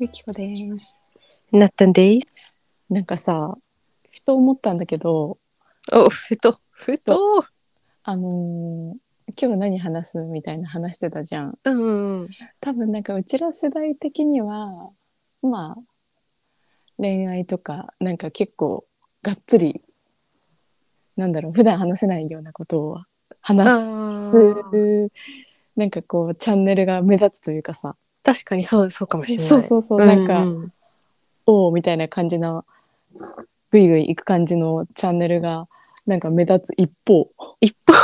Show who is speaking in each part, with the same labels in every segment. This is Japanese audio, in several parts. Speaker 1: ゆきこです。
Speaker 2: なったんです。
Speaker 1: なんかさ、ふと思ったんだけど、
Speaker 2: お、ふと、ふと。
Speaker 1: あのー今日何話すみたいな話してたじゃん。
Speaker 2: うん。
Speaker 1: 多分なんかうちら世代的には、まあ、恋愛とか、なんか結構がっつり、なんだろう、普段話せないようなことを話
Speaker 2: あ
Speaker 1: す、なんかこう、チャンネルが目立つというかさ、
Speaker 2: 確かにそう、そうかもしれない。
Speaker 1: そうそうそう、なんか、
Speaker 2: うん
Speaker 1: おーみたいな感じなぐいぐい行く感じのチャンネルがなんか目立つ一方
Speaker 2: 一方。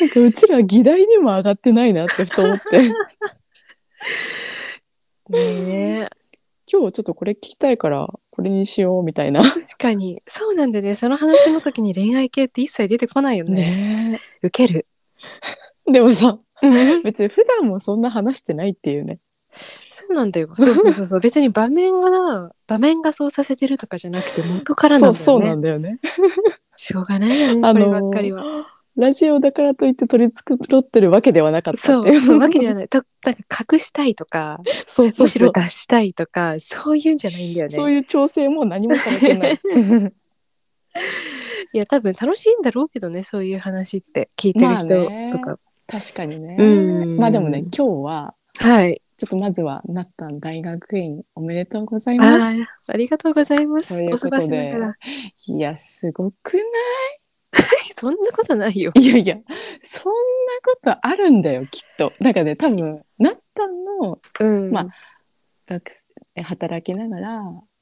Speaker 1: なんかうちら議題にも上がってないなってふと思って
Speaker 2: ね
Speaker 1: 今日
Speaker 2: え
Speaker 1: ちょっとこれ聞きたいからこれにしようみたいな
Speaker 2: 確かに。そうなんだね。その話の時に恋愛系って一切出てこないよね。
Speaker 1: ね
Speaker 2: ウケる。
Speaker 1: えでもさ
Speaker 2: うん。
Speaker 1: 別に普段もそんな話してないっていうね
Speaker 2: そうなんだよ。そうそうそうそう。別に場面が、場面がそうさせてるとかじゃなくて、元からなんだよね。
Speaker 1: そうそうなんだよね
Speaker 2: しょうがないよね。
Speaker 1: あ
Speaker 2: こ
Speaker 1: のー
Speaker 2: ればっかりは。
Speaker 1: ラジオだからといって取り繕ってるわけではなかった
Speaker 2: そ、
Speaker 1: っていうう
Speaker 2: そうわけではない。と、なんか隠したいとか、
Speaker 1: そうそう
Speaker 2: むし
Speaker 1: そ
Speaker 2: ろ
Speaker 1: う
Speaker 2: 出したいとか、そういうんじゃないんだよね。
Speaker 1: そういう調整も何もされて ない
Speaker 2: いや多分楽しいんだろうけどねそういう話って聞いてる
Speaker 1: まあね
Speaker 2: 人とか、
Speaker 1: 確かにね
Speaker 2: うん
Speaker 1: まあでもね今日は
Speaker 2: はい
Speaker 1: ちょっとまずはなったん大学院おめでとうござい
Speaker 2: あ
Speaker 1: ま
Speaker 2: ー
Speaker 1: す。
Speaker 2: ありがとうございます
Speaker 1: ということで
Speaker 2: お忙しい中 だ
Speaker 1: いやすごくな
Speaker 2: そんなことないよ
Speaker 1: いいやいやそんなことあるんだよきっと。だからね多分なったんの
Speaker 2: うん
Speaker 1: まあ学生え働きながら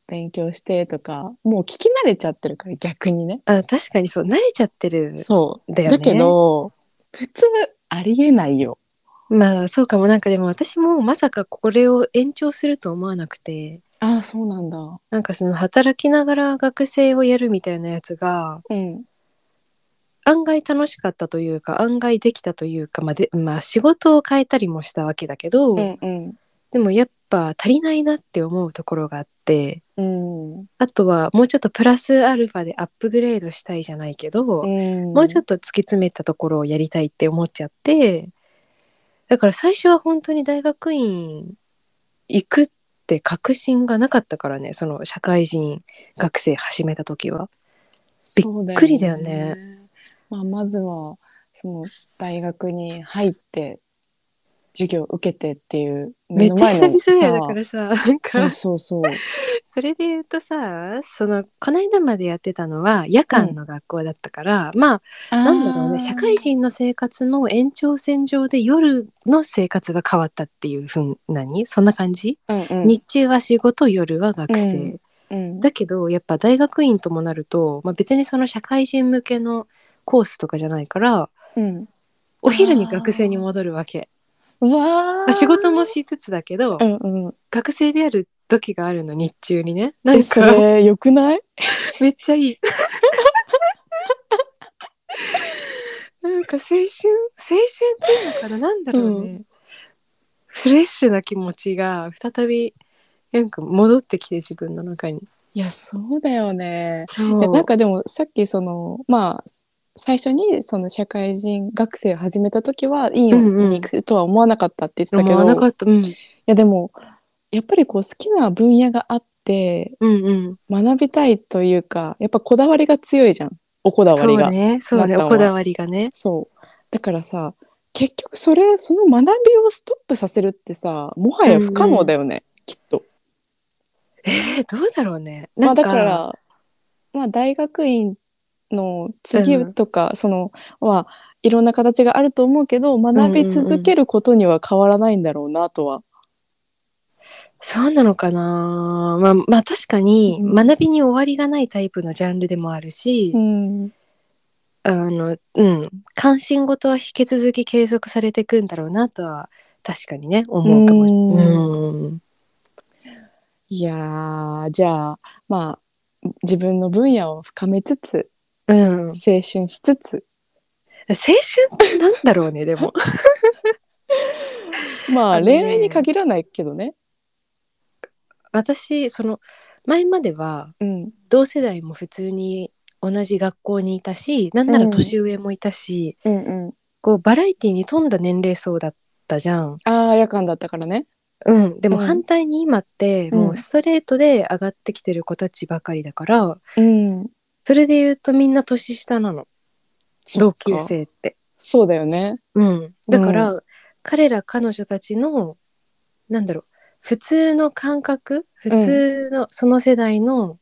Speaker 1: 勉強してとかもう聞き慣れちゃってるから逆にね。
Speaker 2: あ確かにそう慣れちゃってる
Speaker 1: そ
Speaker 2: だよね
Speaker 1: だけど普通ありえないよ。
Speaker 2: まあそうかもなんかでも私もまさかこれを延長すると思わなくて
Speaker 1: ああそうなんだ。
Speaker 2: なんかその働きながら学生をやるみたいなやつが
Speaker 1: うん。
Speaker 2: 案外楽しかったというか案外できたというか、まあでまあ、仕事を変えたりもしたわけだけど、
Speaker 1: うんうん
Speaker 2: でもやっぱ足りないなって思うところがあって、
Speaker 1: うん。
Speaker 2: あとはもうちょっとプラスアルファでアップグレードしたいじゃないけど、
Speaker 1: うん。
Speaker 2: もうちょ
Speaker 1: っ
Speaker 2: っと突き詰めたところをやりたいって思っちゃってだから最初は本当に大学院行くって確信がなかったからねその社会人学生始めた時は。
Speaker 1: とび
Speaker 2: っくりだよね。
Speaker 1: まあ、まずはその大学に入って授業受けてっていう
Speaker 2: めっちゃ久
Speaker 1: の
Speaker 2: 々やだからさなんか
Speaker 1: そうそうそう。
Speaker 2: それで言うとさそのこの間までやってたのは夜間の学校だったから、まあなんだろうね社会人の生活の延長線上で夜の生活が変わったっていうふうなにそんな感じ、
Speaker 1: うんうん、
Speaker 2: 日中は仕事夜は学生、
Speaker 1: うん、
Speaker 2: だけどやっぱ大学院ともなると、まあ、別にその社会人向けのコースとかじゃないから
Speaker 1: うん、
Speaker 2: お昼に学生に戻るわけ
Speaker 1: わ
Speaker 2: まあ仕事もしつつだけど、
Speaker 1: うんうん。
Speaker 2: 学生である時があるの日中にねなん
Speaker 1: えそ
Speaker 2: か
Speaker 1: れ良くない？
Speaker 2: めっちゃいいなんか青春青春っていうのかななんだろうね、
Speaker 1: う
Speaker 2: フレッシュな気持ちが再びなんか戻ってきて自分の中に
Speaker 1: いやそうだよね。
Speaker 2: そう
Speaker 1: いやなんかでもさっきそのまあ最初にその社会人学生を始めた時は院に行くとは思わなかったって言ってたけ
Speaker 2: 思
Speaker 1: ど、
Speaker 2: わなかった、うん、
Speaker 1: いやでもやっぱりこう好きな分野があって
Speaker 2: うんうん
Speaker 1: 学びたいというかやっぱこだわりが強いじゃんおこだわ
Speaker 2: そ
Speaker 1: り
Speaker 2: う
Speaker 1: が。
Speaker 2: ねそう
Speaker 1: な
Speaker 2: ね
Speaker 1: った
Speaker 2: お
Speaker 1: わ
Speaker 2: こだわりがね
Speaker 1: そうだからさ結局それその学びをストップさせるってさもはや不可能だよね、きっと。
Speaker 2: えー、どうだろうね
Speaker 1: ま
Speaker 2: な
Speaker 1: あ、
Speaker 2: んか,、
Speaker 1: だから、まあ、大学院の次とか、そのはいろんな形があると思うけど学び続けることには変わらないんだろうなとは。
Speaker 2: そうなのかなまあまあ確かに
Speaker 1: うん
Speaker 2: 学びに終わりがないタイプのジャンルでもあるし、
Speaker 1: うん
Speaker 2: あの、うん、関心事は引き続き継続されていくんだろうなとは確かにね思うかもしれない。うん
Speaker 1: いやーじゃあまあ自分の分野を深めつつ
Speaker 2: うん、青春
Speaker 1: 青春しつつ
Speaker 2: ってなんだろうね でも
Speaker 1: まあ
Speaker 2: あのね
Speaker 1: 恋愛に限らないけどね。
Speaker 2: 私その前までは
Speaker 1: うん
Speaker 2: 同世代も普通に同じ学校にいたしなんなら年上もいたし、
Speaker 1: うんうん、
Speaker 2: こうバラエティに富んだ年齢層だったじゃん。
Speaker 1: ああ夜間だったからね。
Speaker 2: うん、でも
Speaker 1: うん
Speaker 2: 反対に今って
Speaker 1: うん
Speaker 2: もうストレートで上がってきてる子たちばかりだから、
Speaker 1: うん。
Speaker 2: それで言うとみんな年下なの同級生って。
Speaker 1: そうだよね。
Speaker 2: うん、だから、彼ら彼女たちのなんだろう普通の感覚普通のその世代の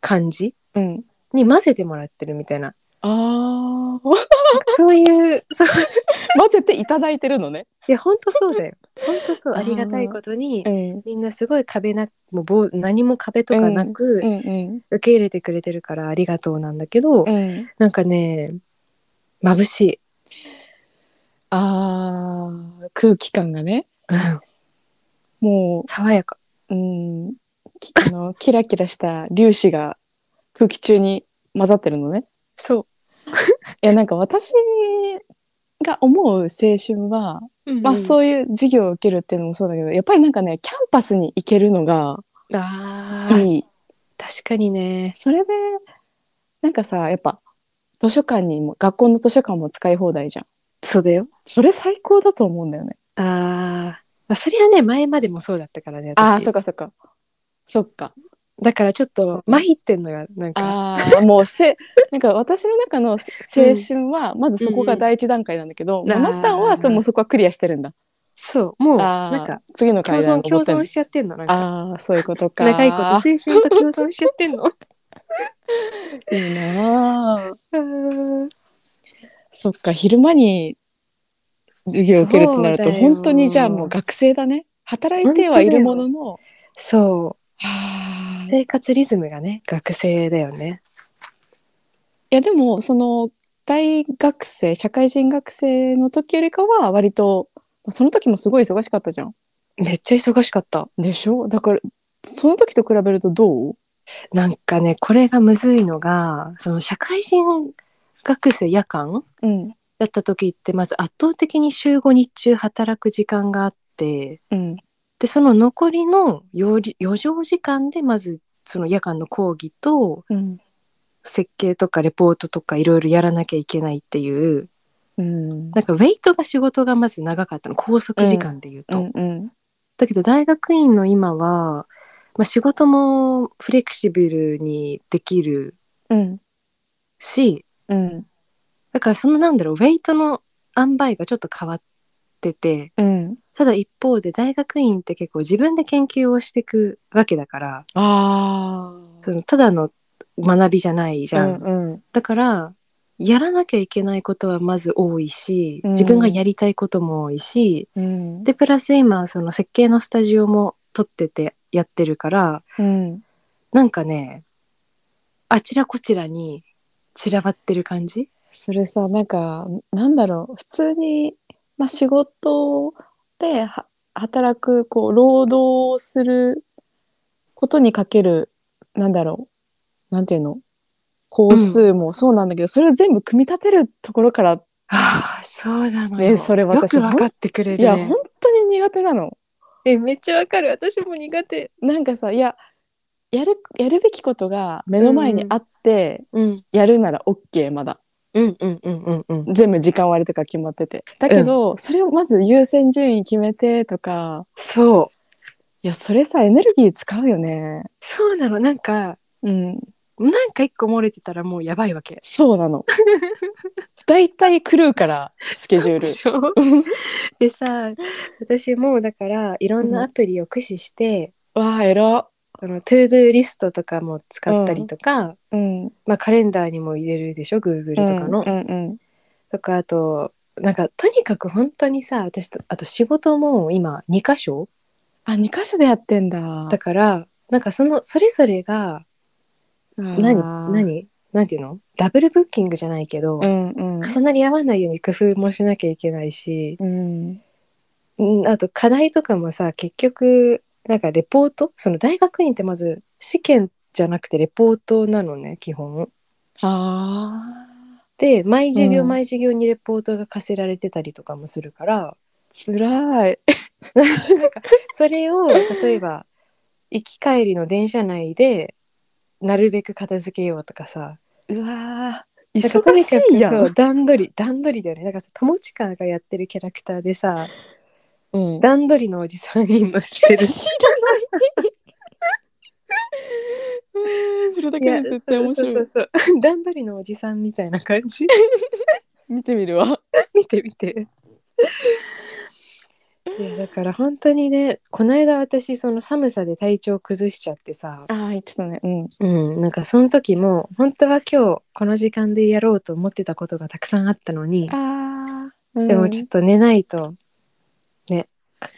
Speaker 2: 感じ
Speaker 1: うん。
Speaker 2: に混ぜてもらってるみたいな
Speaker 1: ああ。
Speaker 2: そういうそう
Speaker 1: 混ぜていただいてるのね。
Speaker 2: いや本当そうだよ本当そう
Speaker 1: あー
Speaker 2: ありがたいことに
Speaker 1: うん。
Speaker 2: みんなすごい壁なもうぼう何も壁とかなく
Speaker 1: うんうん。
Speaker 2: 受け入れてくれてるからありがとうなんだけ
Speaker 1: う
Speaker 2: ど、
Speaker 1: ん。
Speaker 2: なんかね眩しい、
Speaker 1: ああ、空気感がね。
Speaker 2: うん、
Speaker 1: も
Speaker 2: 爽やか
Speaker 1: う、うん。きあの、キラキラした粒子が空気中に混ざってるのね。
Speaker 2: そ
Speaker 1: いや、なんか私が思う青春は、
Speaker 2: う、うん
Speaker 1: まあそういう授業を受けるっていうのもそうだけど、やっぱりなんかね、キャンパスに行けるのが
Speaker 2: あー
Speaker 1: いい。
Speaker 2: 確かにね
Speaker 1: それで、なんかさ、やっぱ、図書館にも、学校の図書館も使い放題じゃん。
Speaker 2: そうだよ
Speaker 1: それ最高だと思うんだよね。
Speaker 2: あー、まあそれはね前までもそうだったからね
Speaker 1: ああ、
Speaker 2: 私
Speaker 1: そっかそっか。そっか。
Speaker 2: だからちょっと麻痺ってんのよなんか
Speaker 1: ああ、もうせ、 なんか私の中の青春は、まずそこが第一段階なんだけど、
Speaker 2: うんうん
Speaker 1: もうなったんは、そもうそこはクリアしてるんだ。
Speaker 2: そうもう
Speaker 1: あー
Speaker 2: なんか
Speaker 1: 次の
Speaker 2: 共
Speaker 1: 階段
Speaker 2: 存
Speaker 1: 登っ
Speaker 2: 共
Speaker 1: てんの
Speaker 2: 存しちゃってんのなんか
Speaker 1: ああ、そういうことか。
Speaker 2: 長いこと青春と共存しちゃって んの
Speaker 1: いいなあ
Speaker 2: うーん
Speaker 1: そっか、昼間に授業を受けるってなる
Speaker 2: そ
Speaker 1: と、
Speaker 2: うだよ
Speaker 1: 本当にじゃあもう学生だね。働いてはいるものの、
Speaker 2: そ
Speaker 1: はあ
Speaker 2: う生活リズムがね学生だよね
Speaker 1: いやでもその大学生社会人学生の時よりかは割とその時もすごい忙しかったじゃん。
Speaker 2: めっちゃ忙しかった
Speaker 1: でしょだからその時と比べるとどう
Speaker 2: なんかねこれがむずいのがその社会人学生夜間
Speaker 1: うん
Speaker 2: だった時ってまず圧倒的に週5日中働く時間があって
Speaker 1: うん
Speaker 2: でその残りの余余剰時間でまずその夜間の講義と
Speaker 1: うん
Speaker 2: 設計とかレポートとかいろいろやらなきゃいけないっていう
Speaker 1: うん
Speaker 2: なんかウェイトが仕事がまず長かったの拘束時間で言うと。
Speaker 1: うん
Speaker 2: だけど大学院の今は、まあ、仕事もフレキシブルにできる
Speaker 1: うん
Speaker 2: し
Speaker 1: うん
Speaker 2: だからそのなんだろうウェイトの塩梅がちょっと変わってて
Speaker 1: うん
Speaker 2: ただ一方で大学院って結構自分で研究をしていくわけだから
Speaker 1: あ
Speaker 2: そのただの学びじゃないじ
Speaker 1: じゃ
Speaker 2: ゃん。
Speaker 1: んうん
Speaker 2: だからやらなきゃいけないことはまず多いし
Speaker 1: うん
Speaker 2: 自分がやりたいことも多いし、
Speaker 1: うん
Speaker 2: でプラス今その設計のスタジオも撮っててやってるから
Speaker 1: うん
Speaker 2: なんかねあちらこちらに散らばってる感じ
Speaker 1: それさなんかなんだろう普通に、まあ、仕事では働くこう労働をすることにかけるなんだろうなんていうの工数もそうなんだけど、それを全部組み立てるところから
Speaker 2: ああそうなの
Speaker 1: ねそれ私
Speaker 2: よく分かってくれ
Speaker 1: い
Speaker 2: る、ね、
Speaker 1: や本当に苦手なの。
Speaker 2: えめっちゃわかる私も苦手
Speaker 1: なんかさいややるやるべきことが目の前にあって、
Speaker 2: うん
Speaker 1: やるなら OK まだ
Speaker 2: うんうんうんうんうん
Speaker 1: 全部時間割とか決まっててだけど、それをまず優先順位決めてとか
Speaker 2: そう
Speaker 1: いや、それさ、エネルギー使うよね。
Speaker 2: そうなのなんか
Speaker 1: うん。
Speaker 2: なんか一個漏れてたらもうやばいわけ
Speaker 1: そうな の。だいたい狂うから、スケジュー
Speaker 2: で
Speaker 1: ル。
Speaker 2: しょ でさ私もうだからいろんなアプリを駆使して、
Speaker 1: わあ、偉。
Speaker 2: そのトゥードゥリストとかも使ったりとか、
Speaker 1: うん。
Speaker 2: まあ、カレンダーにも入れるでしょ Google とかの。
Speaker 1: うんうん
Speaker 2: とかあとなんかとにかく本当にさ私とあと仕事も今2箇所
Speaker 1: あ、二箇所でやってんだ。
Speaker 2: だからなんかそのそれぞれが
Speaker 1: ら
Speaker 2: 何何何ていうのダブルブッキングじゃないけど、
Speaker 1: うんうん。
Speaker 2: 重なり合わないように工夫もしなきゃいけないし、
Speaker 1: うん。
Speaker 2: うん、あと課題とかもさ結局なんかレポートその大学院ってまず試験じゃなくてレポートなのね基本。
Speaker 1: ああ。
Speaker 2: で毎授業
Speaker 1: うん
Speaker 2: 毎授業にレポートが課せられてたりとかもするから、
Speaker 1: つらい。
Speaker 2: なんかそれを例えば行き帰りの電車内でなるべく片付けようとかさ
Speaker 1: うわあ。
Speaker 2: なんかと
Speaker 1: 忙
Speaker 2: にか
Speaker 1: し
Speaker 2: く
Speaker 1: いや。
Speaker 2: そうん段取り段取りだよねだからさ友近がやってるキャラクターでさ
Speaker 1: うん、
Speaker 2: 段取りのおじさんいいのしてる
Speaker 1: 知ら ない。うんそれだけで絶対面
Speaker 2: そ
Speaker 1: 白
Speaker 2: う
Speaker 1: い。
Speaker 2: そうそうそう 段取りのおじさんみたいな感じ
Speaker 1: 見てみるわ。
Speaker 2: 見て見ていやだから本当にねこの間私その寒さで体調崩しちゃってさ、
Speaker 1: ああ、言ってたね。うん。
Speaker 2: うん、なんかその時も本当は今日この時間でやろうと思ってたことがたくさんあったのに、
Speaker 1: ああ。
Speaker 2: でもちょっと寝ないとね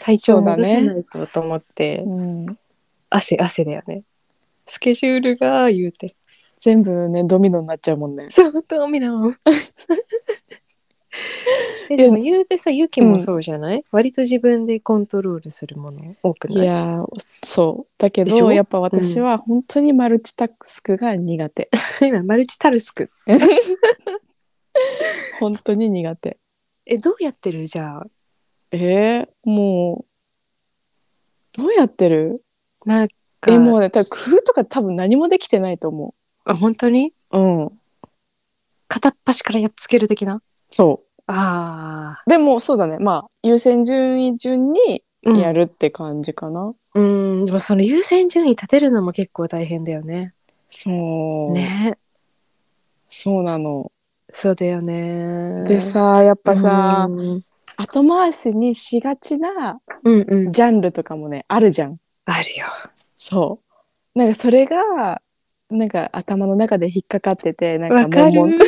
Speaker 2: 体調戻さないとと思って、
Speaker 1: うん、
Speaker 2: 汗汗だよねスケジュールが言うて
Speaker 1: 全部ね、ドミノになっちゃうもんね。
Speaker 2: そうトミノえでも言うてさユキもそうじゃない、割と自分でコントロールするもの多く
Speaker 1: い
Speaker 2: ない
Speaker 1: やー、そう。だけ
Speaker 2: でしょ
Speaker 1: ど、やっぱ私は本当にマルチタスクが苦手。
Speaker 2: 今マルチタルスク
Speaker 1: 本当に苦手。
Speaker 2: えどうやってるじゃあ
Speaker 1: えー、もう、どうやってる
Speaker 2: なんか
Speaker 1: え、もうね、多分工夫とか多分何もできてないと思
Speaker 2: あ本当に
Speaker 1: う。うん。
Speaker 2: 片っ端からやっつける的な
Speaker 1: そ
Speaker 2: あ
Speaker 1: う。でも、そうだね。まあ、優先順位順に
Speaker 2: ーうん
Speaker 1: やるって感じかな。
Speaker 2: うんでもその優先順位立てるのも結構大変だよね
Speaker 1: そう。
Speaker 2: ね
Speaker 1: そうなの。
Speaker 2: そうだよね
Speaker 1: でさ、やっぱさ、
Speaker 2: うん
Speaker 1: 後回しにしがちな
Speaker 2: うんうん
Speaker 1: ジャンルとかもね、あるじゃん。
Speaker 2: あるよ
Speaker 1: そう。なんかそれが、なんか頭の中で引っかかってて、なん
Speaker 2: わ
Speaker 1: か
Speaker 2: か
Speaker 1: もう、も
Speaker 2: る
Speaker 1: う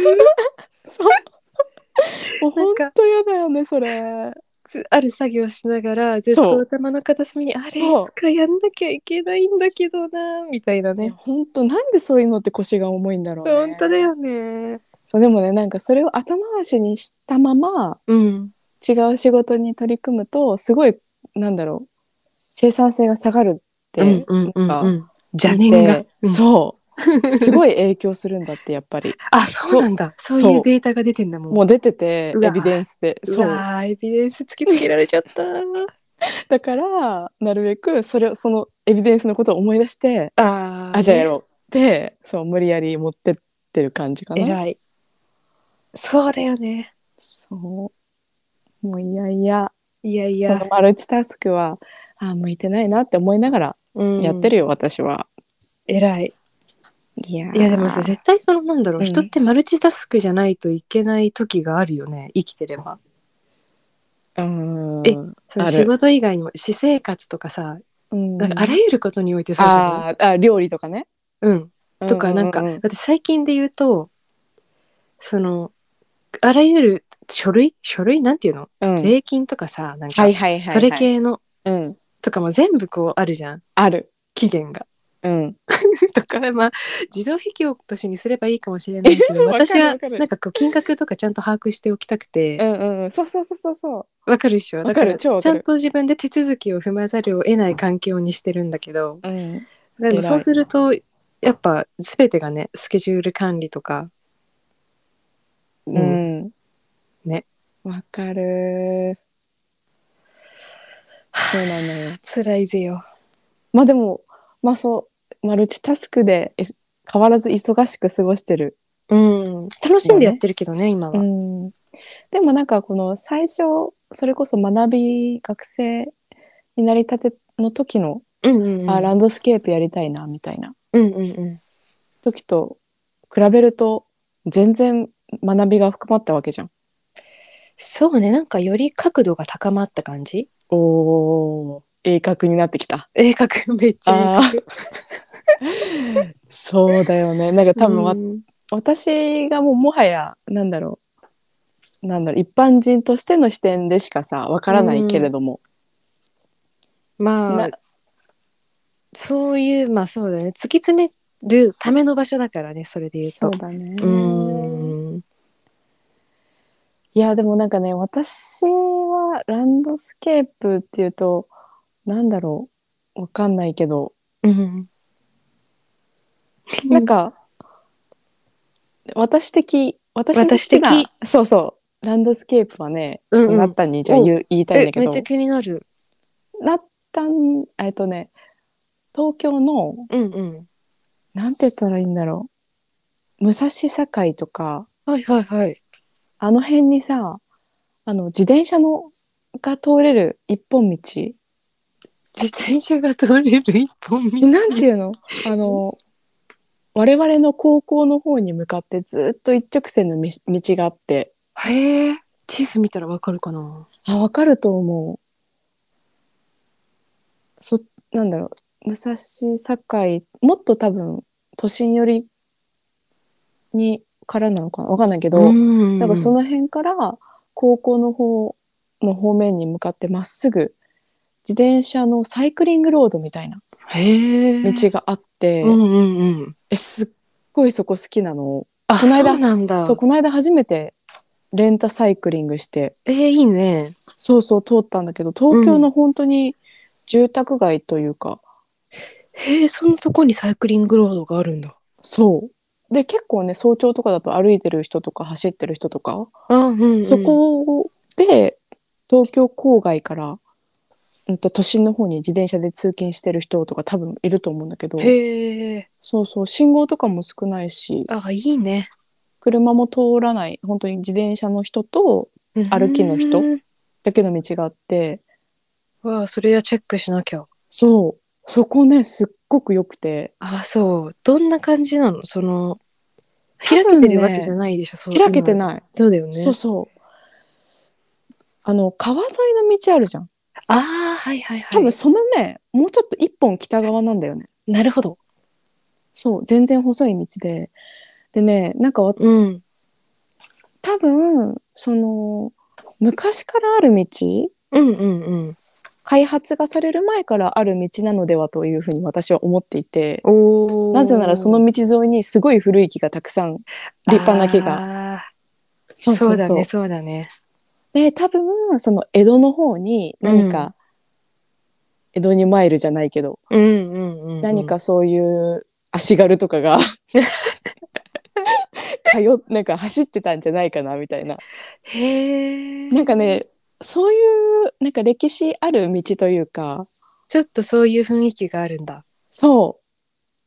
Speaker 1: 本
Speaker 2: なんか
Speaker 1: 当嫌だよね、それ。
Speaker 2: つある作業しながらずっと
Speaker 1: そう
Speaker 2: 頭の片隅にあれい
Speaker 1: そう
Speaker 2: つかやんなきゃいけないんだけどなみたいな
Speaker 1: ね、
Speaker 2: ね
Speaker 1: 本当なんでそういうのって腰が重いんだろうね。
Speaker 2: 本当だよね
Speaker 1: そう、でもね、なんかそれを後回しにしたまま、
Speaker 2: うん
Speaker 1: 違う仕事に取り組むと、すごい、なんだろう、生産性が下がるって、
Speaker 2: うんうんうん
Speaker 1: なん
Speaker 2: う
Speaker 1: か
Speaker 2: ん邪念が
Speaker 1: で、
Speaker 2: うん
Speaker 1: そう。すごい影響するんだって、やっぱり。
Speaker 2: あ そうなんだ
Speaker 1: そ
Speaker 2: そうういうデータが出てんだもん
Speaker 1: もう出てて、
Speaker 2: うわ
Speaker 1: エビデンスで。
Speaker 2: そ
Speaker 1: そうう。
Speaker 2: わーエビデンス突きつけられちゃった
Speaker 1: だから、なるべく、それを、そのエビデンスのことを思い出して、
Speaker 2: あー
Speaker 1: あ、じゃあやろうって、そう、無理やり持ってってる感じかな。
Speaker 2: 偉いそうだよね
Speaker 1: そう。もういやいや、
Speaker 2: いやい
Speaker 1: その
Speaker 2: や
Speaker 1: マルチタスクは、あ、向いてないなって思いながらやって
Speaker 2: る
Speaker 1: るよ、私は。
Speaker 2: 偉い
Speaker 1: いやー
Speaker 2: いやでもさ絶対そのなんだろう、
Speaker 1: うん
Speaker 2: 人ってマルチタスクじゃないといけない時があるよね生きてれば
Speaker 1: うーん。
Speaker 2: その
Speaker 1: ある
Speaker 2: 仕事以外にも私生活とかさ
Speaker 1: うん
Speaker 2: なんかあらゆることにおいてそうじゃない、
Speaker 1: あーあ、料理とかね。
Speaker 2: うん、とかなんか、
Speaker 1: ううう
Speaker 2: だって最近で言うとそのあらゆる書類書類なんていうの、
Speaker 1: うん
Speaker 2: 税金とかさなんか、
Speaker 1: はいはいはいはい。
Speaker 2: それ系の
Speaker 1: うん。
Speaker 2: とかも全部こうあるじゃん
Speaker 1: ある。
Speaker 2: 期限が。
Speaker 1: うん。
Speaker 2: とかまあ自動引き落としにすればいいかもしれないけ
Speaker 1: わ
Speaker 2: ど
Speaker 1: かる
Speaker 2: 私は
Speaker 1: わかる
Speaker 2: なんかこう金額とかちゃんと把握しておきたくて。
Speaker 1: うんうんうん。そうそうそうそうそう。
Speaker 2: わかるでしょ
Speaker 1: わかる
Speaker 2: だ
Speaker 1: 超
Speaker 2: ら
Speaker 1: わ
Speaker 2: ち
Speaker 1: か
Speaker 2: ゃ
Speaker 1: る
Speaker 2: んと自分で手続きを踏まざるを得ない環境にしてるんだけど
Speaker 1: うん。
Speaker 2: で
Speaker 1: 偉
Speaker 2: も
Speaker 1: い
Speaker 2: そうするとやっぱ全てがねスケジュール管理とか、う
Speaker 1: うんん。
Speaker 2: ね。
Speaker 1: わか る。そうなのよ。
Speaker 2: 辛いぜよ
Speaker 1: まあでも、まあそう、マルチタスクでえ変わらず忙しく過ごしてる。
Speaker 2: うん楽しんでやってるけどね今は、
Speaker 1: ん。でもなんかこの最初、それこそ学び、学生になりたての時の、
Speaker 2: うんうんうん
Speaker 1: あ、ランドスケープやりたいな、みたいな
Speaker 2: うんうんうん
Speaker 1: 時と比べると、全然学びが深まったわけじゃん。
Speaker 2: そうねなんかより角度が高まった感じ
Speaker 1: おー、鋭角になってきた。
Speaker 2: 鋭角めっちゃ鋭角
Speaker 1: そうだよね。なんか多分わ、
Speaker 2: うん
Speaker 1: 私がもうもはや、なんだろう。なんだろう、一般人としての視点でしかさ、わからないけれども。
Speaker 2: まあ
Speaker 1: な
Speaker 2: そういうまあそうだね突き詰めるための場所だからねそれで言うと
Speaker 1: だね
Speaker 2: うん
Speaker 1: いや、でもなんかね、私はランドスケープっていうと、なんだろう、わかんないけど、
Speaker 2: うん
Speaker 1: なんか、私的、私の好きな
Speaker 2: 私
Speaker 1: そうそう、ランドスケープはね、ちょっとなったに、じゃあ言う言いたいん
Speaker 2: え
Speaker 1: だけ
Speaker 2: めっ
Speaker 1: ど
Speaker 2: ちゃ、気になる
Speaker 1: なったん、えっとね、東京の、
Speaker 2: うんうん
Speaker 1: なんて言ったらいいんだろう、武蔵境とか、
Speaker 2: はいはいはい
Speaker 1: あの辺にさ、あの、自転車のが通れる一本道
Speaker 2: 自転車が通れる一本道
Speaker 1: なんていうのあの我々の高校の方に向かってずっと一直線のみ道があって
Speaker 2: へえ地図見たらわかるかな
Speaker 1: あわかると思うそなんだろう武蔵境もっと多分都心寄りにからなのかなわかんないけど、
Speaker 2: ん
Speaker 1: だからその辺から高校の方の方面に向かってまっすぐ自転車のサイクリングロードみたいな
Speaker 2: へ
Speaker 1: 道
Speaker 2: え
Speaker 1: があって、
Speaker 2: うんうんうん
Speaker 1: えすっごいそこ好きなの
Speaker 2: あ
Speaker 1: この間
Speaker 2: そうなんだ
Speaker 1: そうこの間初めてレンタサイクリングして
Speaker 2: えー、いいね
Speaker 1: そうそう通ったんだけど東京の本当に住宅街というか、
Speaker 2: へえそんなとこにサイクリングロードがあるんだ
Speaker 1: そうで結構ね早朝とかだと歩いてる人とか走ってる人とか、
Speaker 2: うんうん、うん、
Speaker 1: そこで東京郊外から、うん、と都心の方に自転車で通勤してる人とか多分いると思うんだけど
Speaker 2: へえ
Speaker 1: そうそう信号とかも少ないし
Speaker 2: あいいね
Speaker 1: 車も通らない本当に自転車の人と歩きの人
Speaker 2: うん
Speaker 1: だけの道があって
Speaker 2: わあそれはチェックしなきゃ
Speaker 1: そうそこねすっごく良くて
Speaker 2: あそうどんな感じなのその
Speaker 1: 多
Speaker 2: 開
Speaker 1: 分
Speaker 2: け
Speaker 1: ね
Speaker 2: てるわけじゃないでしょ、そう
Speaker 1: 開けて
Speaker 2: い
Speaker 1: ない、
Speaker 2: そうだよね
Speaker 1: そうそうあの川沿いの道あるじゃん、
Speaker 2: ああはいはい
Speaker 1: 多
Speaker 2: は
Speaker 1: 分そのねもうちょっと一本北側なんだよね
Speaker 2: いなるほど
Speaker 1: そう全然細い道ででねなんかわ
Speaker 2: うん
Speaker 1: 多分その昔からある道
Speaker 2: うんうんうん
Speaker 1: 開発がされる前からある道なのではというふうに私は思っていて
Speaker 2: お
Speaker 1: なぜならその道沿いにすごい古い木がたくさん立派な木が
Speaker 2: が
Speaker 1: そ
Speaker 2: そ
Speaker 1: うそ
Speaker 2: う
Speaker 1: う
Speaker 2: だ
Speaker 1: そう
Speaker 2: ねそうだね
Speaker 1: で多分その江戸の方に何か、
Speaker 2: う
Speaker 1: 江戸に参るじゃないけど、
Speaker 2: うんうんうんうん
Speaker 1: 何かそういう足軽とか が通っなんか走ってたんじゃないかなみたいな
Speaker 2: へえ
Speaker 1: なんかねそういうなんか歴史ある道というか
Speaker 2: ちょっとそういう雰囲気があるんだ
Speaker 1: そ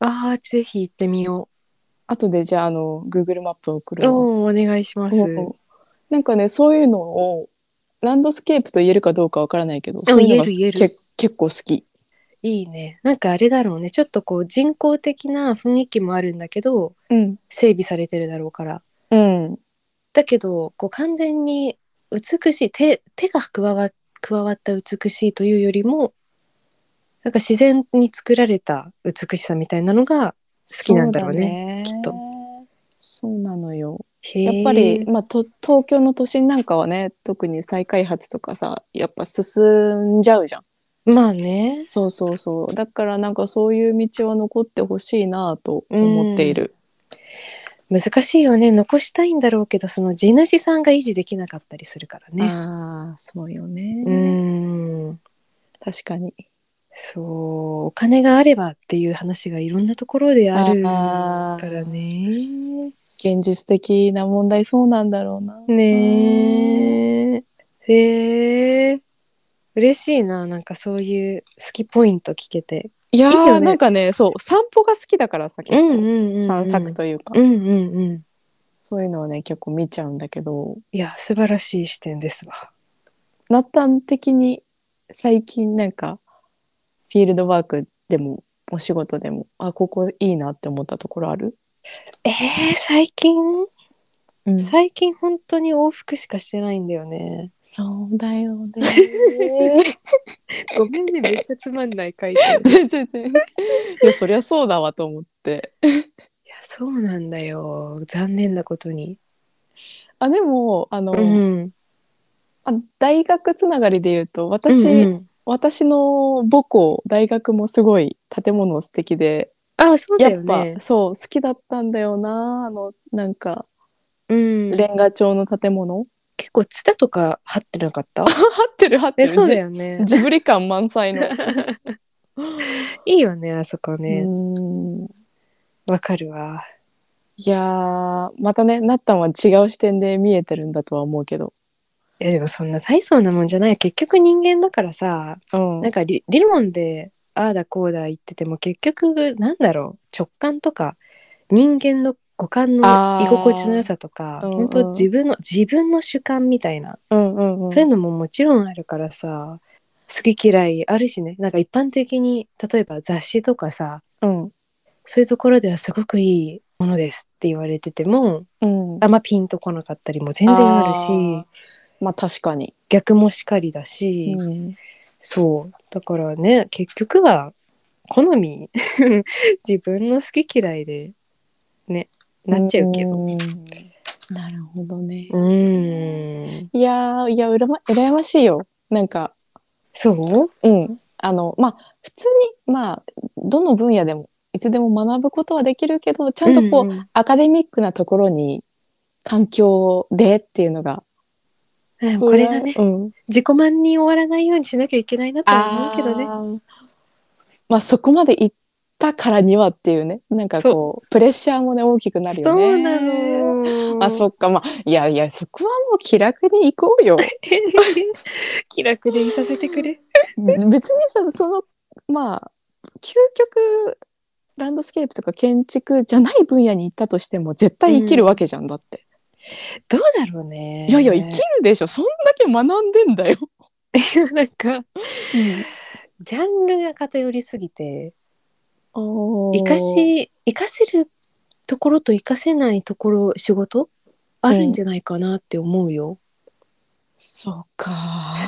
Speaker 1: う
Speaker 2: あーぜひ行ってみよ
Speaker 1: 後でじゃああの Google マップを送
Speaker 2: う
Speaker 1: る
Speaker 2: おおーお願いします
Speaker 1: うんなんかねそういうのをランドスケープと言えるかどうかわからないけど、
Speaker 2: ん
Speaker 1: そういうのが
Speaker 2: 言える言える
Speaker 1: け結構好き。
Speaker 2: いいねなんかあれだろうねちょっとこう人工的な雰囲気もあるんだけど
Speaker 1: うん。
Speaker 2: 整備されてるだろうから
Speaker 1: うん。
Speaker 2: だけどこう完全に美しい手手が加わ加わった美しいというよりもなんか自然に作られた美しさみたいなのが好きなんだろうね
Speaker 1: そうだねそうなのよ。
Speaker 2: へ
Speaker 1: やっ
Speaker 2: ー
Speaker 1: ぱり、まあ、と東京の都心なんかはね特に再開発とかさやっぱ進んじゃうじゃん。
Speaker 2: まあね
Speaker 1: そうそうそうだからなんかそういう道は残ってほしいなと思っている。
Speaker 2: 難しいよね残したいんだろうけどその地主さんが維持できなかったりするからね
Speaker 1: ああそうよ
Speaker 2: う
Speaker 1: ね。
Speaker 2: ーん
Speaker 1: 確かに。
Speaker 2: そうお金があればっていう話がいろんなところであるか
Speaker 1: あー
Speaker 2: らね
Speaker 1: 現実的な問題そうなんだろうな。
Speaker 2: ねえ。へえ。嬉しいな。なんかそういう好きポイント聞けて。
Speaker 1: いやー
Speaker 2: いいよね
Speaker 1: なんかねそう散歩が好きだからさ結構、
Speaker 2: ん
Speaker 1: 散策。というか、
Speaker 2: うんうんうん。
Speaker 1: そういうのをね結構見ちゃうんだけど
Speaker 2: いや、素晴らしい視点ですわ。
Speaker 1: なったん的に最近なんかフィールドワークでもお仕事でもあここいいなって思ったところある、
Speaker 2: えー、最近
Speaker 1: うん
Speaker 2: 最近本当に往復しかしてないんだよね。
Speaker 1: そうだよ ね
Speaker 2: ごめんね、めっちゃつまんない回答。い
Speaker 1: 全然全然いやそりゃそうだわと思って
Speaker 2: や、そうなんだよ。残念なことに。
Speaker 1: あでもあの、
Speaker 2: うん。
Speaker 1: あ大学つながりで言うと私、
Speaker 2: 私、
Speaker 1: 私の母校大学もすごい建物素敵で
Speaker 2: あ、そうだ
Speaker 1: やっ
Speaker 2: よ
Speaker 1: ぱ
Speaker 2: ね。
Speaker 1: そう好きだったんだよなあのなんか
Speaker 2: うん。
Speaker 1: レンガ調の建物、
Speaker 2: 結構ツタとか張ってなかった
Speaker 1: 合ってる合って
Speaker 2: え、
Speaker 1: る
Speaker 2: そうだよ ね。
Speaker 1: ジブリ感満載 の。
Speaker 2: いいよね、あそこ
Speaker 1: う
Speaker 2: ね。
Speaker 1: ん
Speaker 2: わ、かるわ。
Speaker 1: いやーまたねなったんは違う視点で見えてるんだとは思うけど。
Speaker 2: いや、でもそんな大層なもんじゃない。結局人間だからさ、
Speaker 1: うん
Speaker 2: なんか理理論で、ああだこうだ言ってても結局、なんだろう、直感とか、人間の五感
Speaker 1: あー
Speaker 2: の居心地の良さとか、
Speaker 1: うんうん
Speaker 2: 本当自分の自分の主観みたいな、
Speaker 1: うんうんうん
Speaker 2: そういうのももちろんあるからさ好き嫌いあるしねなんか一般的に例えば雑誌とかさ
Speaker 1: うん
Speaker 2: そういうところではすごくいいものですって言われてても
Speaker 1: うん
Speaker 2: あんまピンとこなかったりも全然ある
Speaker 1: あー
Speaker 2: し
Speaker 1: まあ確かに、
Speaker 2: 逆もしかりだし、
Speaker 1: うん
Speaker 2: そうだからね結局は好み 自分の好き嫌いでねなっちゃうけど
Speaker 1: んなるほどね、
Speaker 2: うーん
Speaker 1: いやーいやうらま羨ましいよなんか
Speaker 2: そう
Speaker 1: うんあのまあ普通にまあどの分野でもいつでも学ぶことはできるけどちゃんとこう、
Speaker 2: うんうん
Speaker 1: アカデミックなところに環境でっていうのが
Speaker 2: うんこれがね
Speaker 1: うん、
Speaker 2: 自己満に終わらないようにしなきゃいけないなとは思うけどね
Speaker 1: あーまあそこまで行ったからにはっていうねなんかこうプレッシャーもね大きくなる
Speaker 2: そ
Speaker 1: よね
Speaker 2: うなの
Speaker 1: あそ
Speaker 2: う
Speaker 1: っかまあいやいやそこはもう気楽に行こうよ
Speaker 2: 気楽でいさせてくれ
Speaker 1: 別にさそのまあ究極ランドスケープとか建築じゃない分野に行ったとしても絶対生きるわけじゃんだって、
Speaker 2: どうだろうね
Speaker 1: いやいや生きるでしょそんだけ学んでんだよ、
Speaker 2: いや なんかジャンルが偏りすぎて生かし生かせるところと生かせないところ仕事あるんじゃないかなって思うよ。
Speaker 1: そうか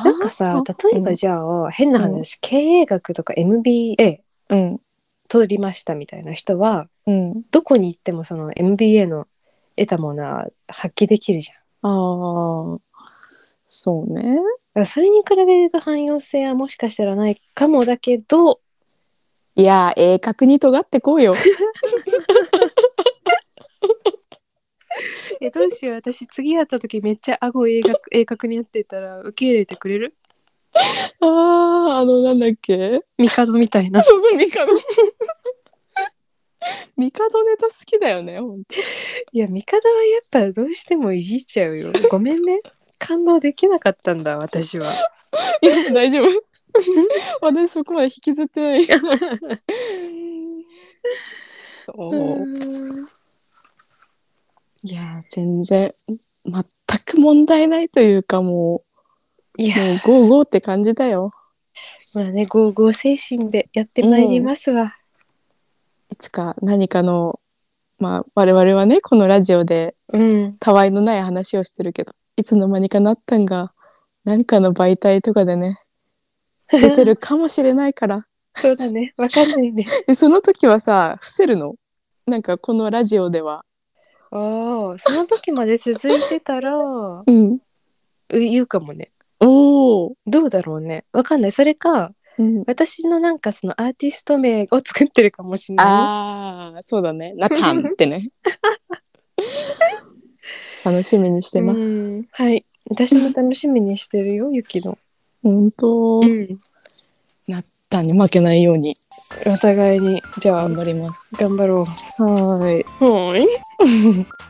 Speaker 2: なんかさ例えばじゃあ、変な話、経営学とか MBA
Speaker 1: うん
Speaker 2: 取りましたみたいな人は
Speaker 1: うん
Speaker 2: どこに行ってもその MBA の得たものは発揮できるじゃん。だ
Speaker 1: ああそうね
Speaker 2: からそれに比べると汎用性はもしかしたらないかもだけど
Speaker 1: いやー鋭角に尖ってこうよ
Speaker 2: えどうしよう私次会った時めっちゃ顎鋭角鋭角になってたら受け入れてくれる
Speaker 1: あああのなんだっ け
Speaker 2: 帝みたいな。
Speaker 1: そうそう、ミカド。ミカドネタ好きだよね、本
Speaker 2: いや、味方はやっぱどうしてもいじっちゃうよ。ごめんね。感動できなかったんだ、私は。
Speaker 1: 当。いや、 大丈夫。私そこまで引きずって ない。そう。いや、全然、全く問題ないというか、も、
Speaker 2: いう
Speaker 1: も
Speaker 2: や、
Speaker 1: うゴーゴーって感じだよ。
Speaker 2: まあね、ゴーゴー精神でやってまいりますわ。
Speaker 1: いつか何かの、まあ、我々はね、このラジオで、
Speaker 2: うん。
Speaker 1: たわいのない話をしてるけど、いつの間にかなったんが、なんかの媒体とかで ね、出てるかもしれないから。
Speaker 2: そうだね。わかんないね。
Speaker 1: でその時はさ伏せるのなんかこのラジオでは、
Speaker 2: おーその時まで続いてたら、う
Speaker 1: うん、
Speaker 2: 言うかもね。
Speaker 1: おお、
Speaker 2: どうだろうね。わかんない。それか、
Speaker 1: うん、
Speaker 2: 私のなんかそのアーティスト名を作ってるかもしれ
Speaker 1: あ
Speaker 2: な
Speaker 1: ーそうだねナタンって ね楽しみにし
Speaker 2: い。
Speaker 1: てま
Speaker 2: う
Speaker 1: す
Speaker 2: んはい。私も楽しみにしてるよ、ゆきの。
Speaker 1: 本当、
Speaker 2: うん。
Speaker 1: ナタンに負けないように
Speaker 2: お互いに、じゃあ
Speaker 1: 頑、張ります
Speaker 2: 頑張ろ。
Speaker 1: はーいう
Speaker 2: はい。